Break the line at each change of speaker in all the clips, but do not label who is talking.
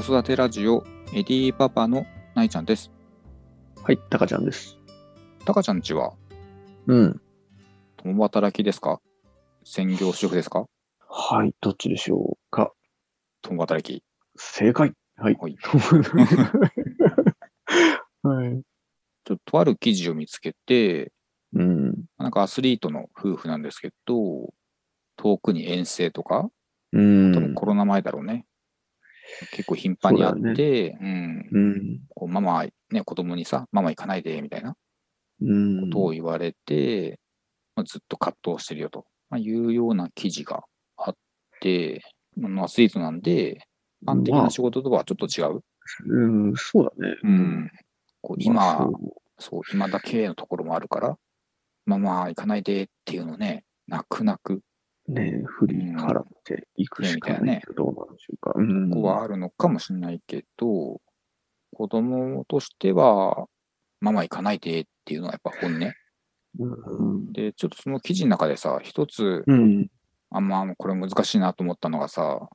育てラジオエディパパのないちゃんです。
はい、タカちゃんです。
たかちゃんちは
うん。
共働きですか専業主婦ですか
はい、どっちでしょうか。
共働き。
正解。はい。
はい
はい。
ちょっととある記事を見つけて、
うん。
なんかアスリートの夫婦なんですけど、遠くに遠征とか、
う
多分
ん。
コロナ前だろうね。結構頻繁にあ
そう
っ
だ
て、うん。
うん。
こうママ、ね、子供にさ、ママ行かないで、みたいな
うん
ことを言われて、まあ、ずっと葛藤してるよと、まあ、いうような記事があって、まあ、アスリートなんで、一般的
ま
な
あ
仕事とはちょっと違う。
うん、そうだね。
うん。こう
まあ
今、
そう
そう、今だけのところもあるから、まあまあ行かないでっていうのね、泣く泣く、
ね、振り払っていくしかないけど、どうなんでしょうか。うん。
ここはあるのかもしれないけど、子供としては、ママ行かないでっていうのがやっぱ本音。
うん。
で、ちょっとその記事の中でさ、一つ、
うん。
あんまあのこれ難しいなと思ったのがさ、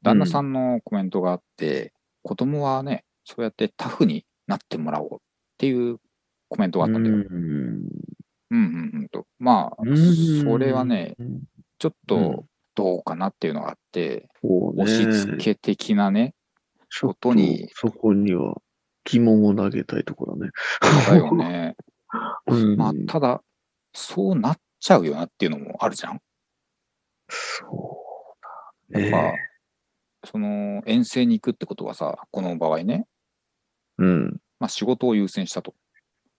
旦那さんのコメントがあって、子供はね、そうやってタフになってもらおうっていうコメントがあったんだよ。うんうんうんと。まあ、
うん
それはね、
うん
ちょっ
うん
とどうかなっていうのがあって、
そうね。
押し付け的な ね、
ちょっ
こと
と
に
そこには疑問を投げたいところだね。
だよね。
うん
まあ、ただ、そうなっちゃうよなっていうのもあるじゃん。
そうだ
やっ
ね。
ぱ、その遠征に行くってことはさ、この場合ね、
うん。
まあ仕事を優先したと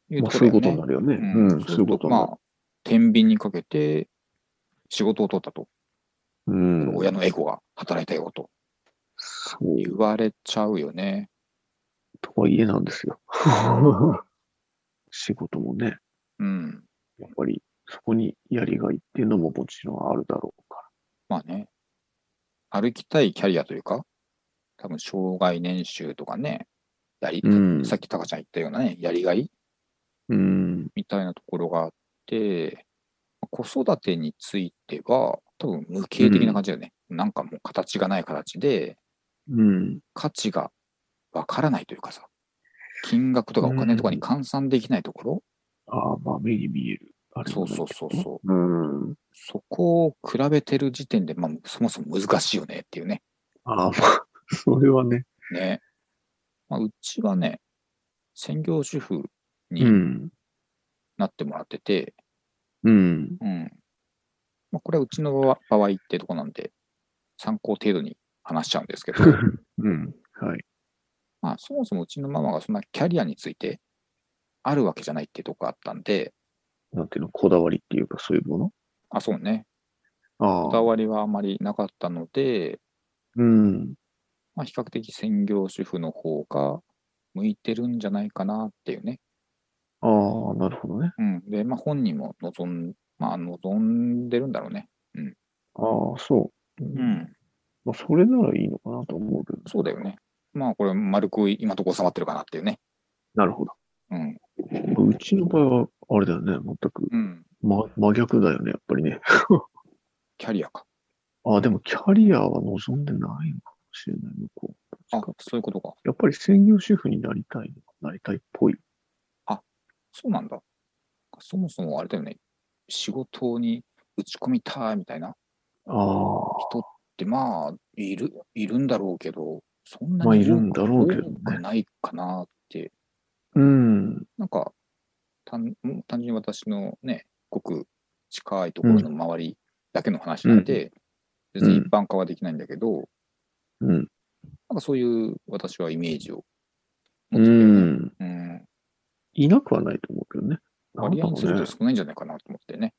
いう
ま
とこ
あ、そういう
ろ
こ
だ
と
よ
に
ね
な。るよね。
う
うんん、そういうことになる。
まあ、天秤にかけて仕事を取ったと、
うん。
親のエゴが働いたよと
そう
言われちゃうよね。
とはいえなんですよ。仕事もね、
うん。
やっぱりそこにやりがいっていうのももちろんあるだろうか
まあね、歩きたいキャリアというか、多分障害年収とかね、やり、
ら。うん。
さっきタカちゃん言ったようなね、やりがい
うん。
みたいなところがあって、子育てについては、多分無形的な感じだよね。なんかもう形がない形で、
うん。
価値がわからないというかさ、金額とかお金とかに換算できないところ、
ああ、まあ目に見える。あれ
そ
も
う
ない
そう
け
そ
ど
うそう、
う。うん。
そこを比べてる時点で、まあ、そもそも難しいよねっていうね。
ああ、まあ、それはね。
ねまあ、うちはね、専業主婦
う
に
ん。
なってもらってて、
うん。
うんまあ、これはうちの場合場合ってとこなんで、参考程度に話しちゃうんですけど、
うん。はい。
まあ、そもそもうちのママがそんなキャリアについてあるわけじゃないってとこがあったんで、
なんていうの、こだわりっていうか、そういうも
あ、そうね、
のああ。
こだわりはあまりなかったので、
うん。
まあ、比較的専業主婦の方が向いてるんじゃないかなっていうね。
ああ、なるほどね。
うん、で、まあ、本人も望ん,、まあ、望んでるんだろうね。
ああ、そう。
う。
う
ん、
まあ、それならいいのかなと思うけど。
そうだよね。まあ、これ、丸く今のとこ収まってるかなっていうね。
なるほど。
うん。
うちの場合は、あれだよね。全く、
うん、
ま、真逆だよね、やっぱりね。
キャリアか。
ああ、でもキャリアは望んでないのかもしれないの、こう。
あ、そういうことか。
やっぱり専業主婦になりたいのかなりたいっぽい。
そうなんだ。そもそもあれだよね。仕事に打ち込みたいみたいな
ああ、
人って、まあ、いる、いるんだろうけど、そんな
まあ、
に
いるんだろ
多
うけどね。
くないかなって
うん。
なんか、単ん単純に私のね、ごく近いところの周りだけの話なんで、
ん
別に一般化はできないんだけど、
うん。
なんかそういう私はイメージを持
う
ってて、
ん。
うん、
いなくはないと思うけどね。なん
割
だ
合
ろ
にする
う
と
ね
少ないんじゃないかなと思ってね。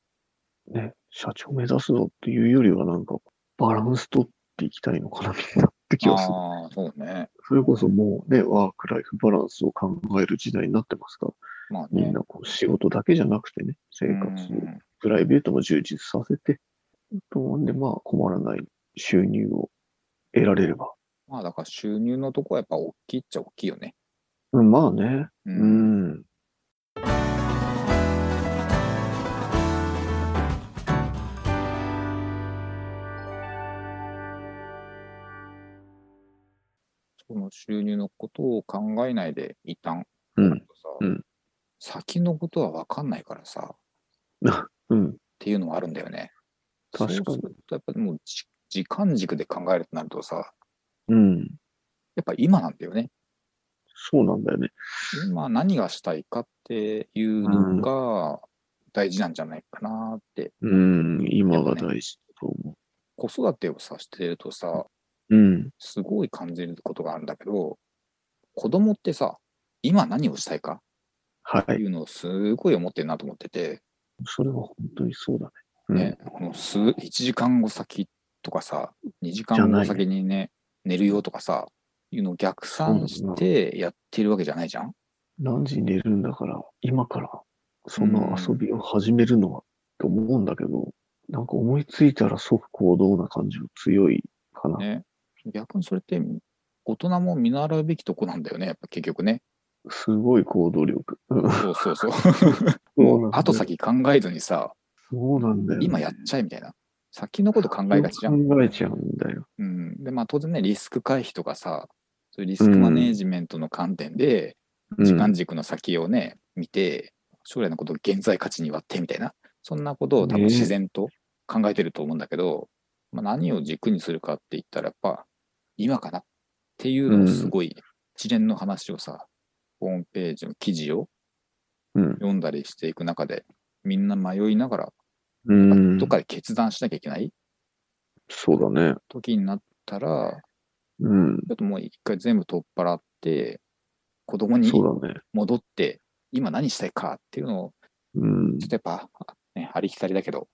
ね。社長目指すのっていうよりは、なんか、バランス取っていきたいのかな、みたいなって気がする。
ああ、そうね。
それこそもうね、ワークライフバランスを考える時代になってますから、
まあ
みん
ね。
なこう仕事だけじゃなくてね、生活を、
うん
プライベートも充実させて、と思うんで、まあ困らない収入を得られれば。
まあだから収入のとこはやっぱ大きいっちゃ大きいよね。
うん、まあね、
う。
うんん。
その収入のことを考えないで一旦
うん。
さ、
うん
先のことは分かんないからさ、っ
うん。
ていうのはあるんだよね。
確かに
そうすると、やっぱりもうじ時間軸で考えるとなるとさ、
うん。
やっぱ今なんだよね。
そうなんだよね。
今何がしたいかっていうのが大事なんじゃないかなって。
うん。今が大事だと思
子育てをさしてるとさ、
う。うん。
すごい感じることがあるんだけど、子供ってさ、今何をしたいか
は
って
い。
いうのをすごい思ってるなと思ってて、
それは本当にそうだね。
ね、この数、1時間後先とかさ、2時間後先にね、寝るよとかさ、いうのを逆算してやってるわけじゃないじゃん
うん。何時に寝るんだから、今からその遊びを始めるのは、と思うんだけど、なんか思いついたら即行動な感じが強いかな。
ね。逆にそれって、大人も見習うべきとこなんだよね、やっぱ結局ね。
すごい行動力。うん
そうそう そう。もう後。先考えずにさ、
そうなんだよね。
今やっちゃえみたいな。先のこと考えがちじゃん。
考えちゃうんだよ。
うん、でまあ当然ねリスク回避とかさそういうリスクマネージメントの観点で、
うん
時間軸の先をね見て将来のことを現在価値に割ってみたいなそんなことを多分
ね
自然と考えてると思うんだけど、まあ、何を軸にするかって言ったらやっぱ今かなっていうのをすごい一連の話をさ、ホームページの記事を
うん。
読んだりしていく中でみんな迷いながら
うん。
どっかで決断しなきゃいけない
そうだね。
時になったら
うん。
ちょっともう一回全部取っ払って、子供に
そうだね。
戻って、今何したいかっていうのを、
うん
ちょっ。とやっぱ、ね、ありきたりだけど、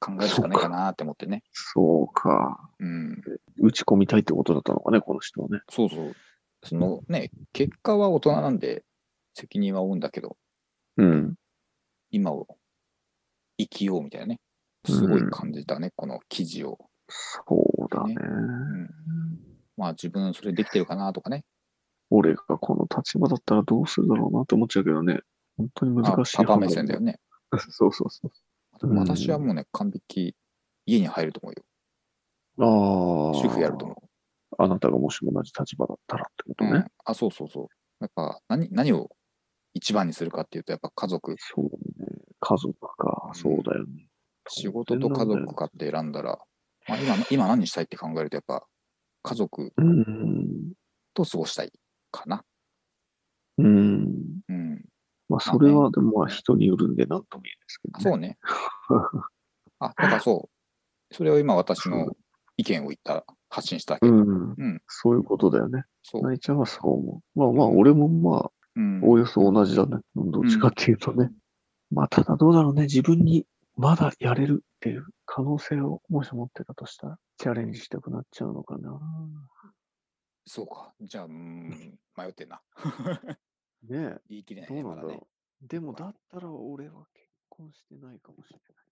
考えるしかないかなって思ってね。
そうか。
うん。
打ち込みたいってことだったのかね、この人はね。
そうそう。そのね、結果は大人なんで、責任は負うんだけど、
うん。
今を生きようみたいなね。すごい感じたね、この記事を。
そうだね。
うん。まあ自分それできてるかなとかね。
俺がこの立場だったらどうするだろうなって思っちゃうけどね。本当に難
あ
しい。
パパ目線だよ。ね。
そうそうそう。
でも私はもうね、完璧、家に入ると思うよ。
ああ。
主婦やると思う。
あなたがもし同じ立場だったらってこと
う
ね
ん。あ、そうそうそう。やっぱ何、何を一番にするかっていうと、やっぱ家族、
そうね。家族か。そうだよね。
仕事と家族かって選んだら、まあ、今、今何したいって考えると、やっぱ家族
うん。
と過ごしたいかな。
うん。
うん。
まあ、それはでもまあ人によるんで何とも言えない
あ
ですけど
そ
ね。
うね。あ、だからそう。それを今私の意見を言った、発信したわけ。
う
う
ん。
ん
そういうことだよね。
そう。
ナイちゃんはそう思う。まあまあ、俺もまあ、
うん。
おおよそ同じだね。どっちかっていうとね。まあ、ただどうだろうね。自分にまだやれるっていう可能性をもし持ってたとしたら、チャレンジしたくなっちゃうのかな。
そうか。じゃあ、うん、迷ってんな。
ねえ。
言い切れない
どう
ね、
な
ま
んだ
だ
ろう。
ね。
でも、だったら俺は結婚してないかもしれない。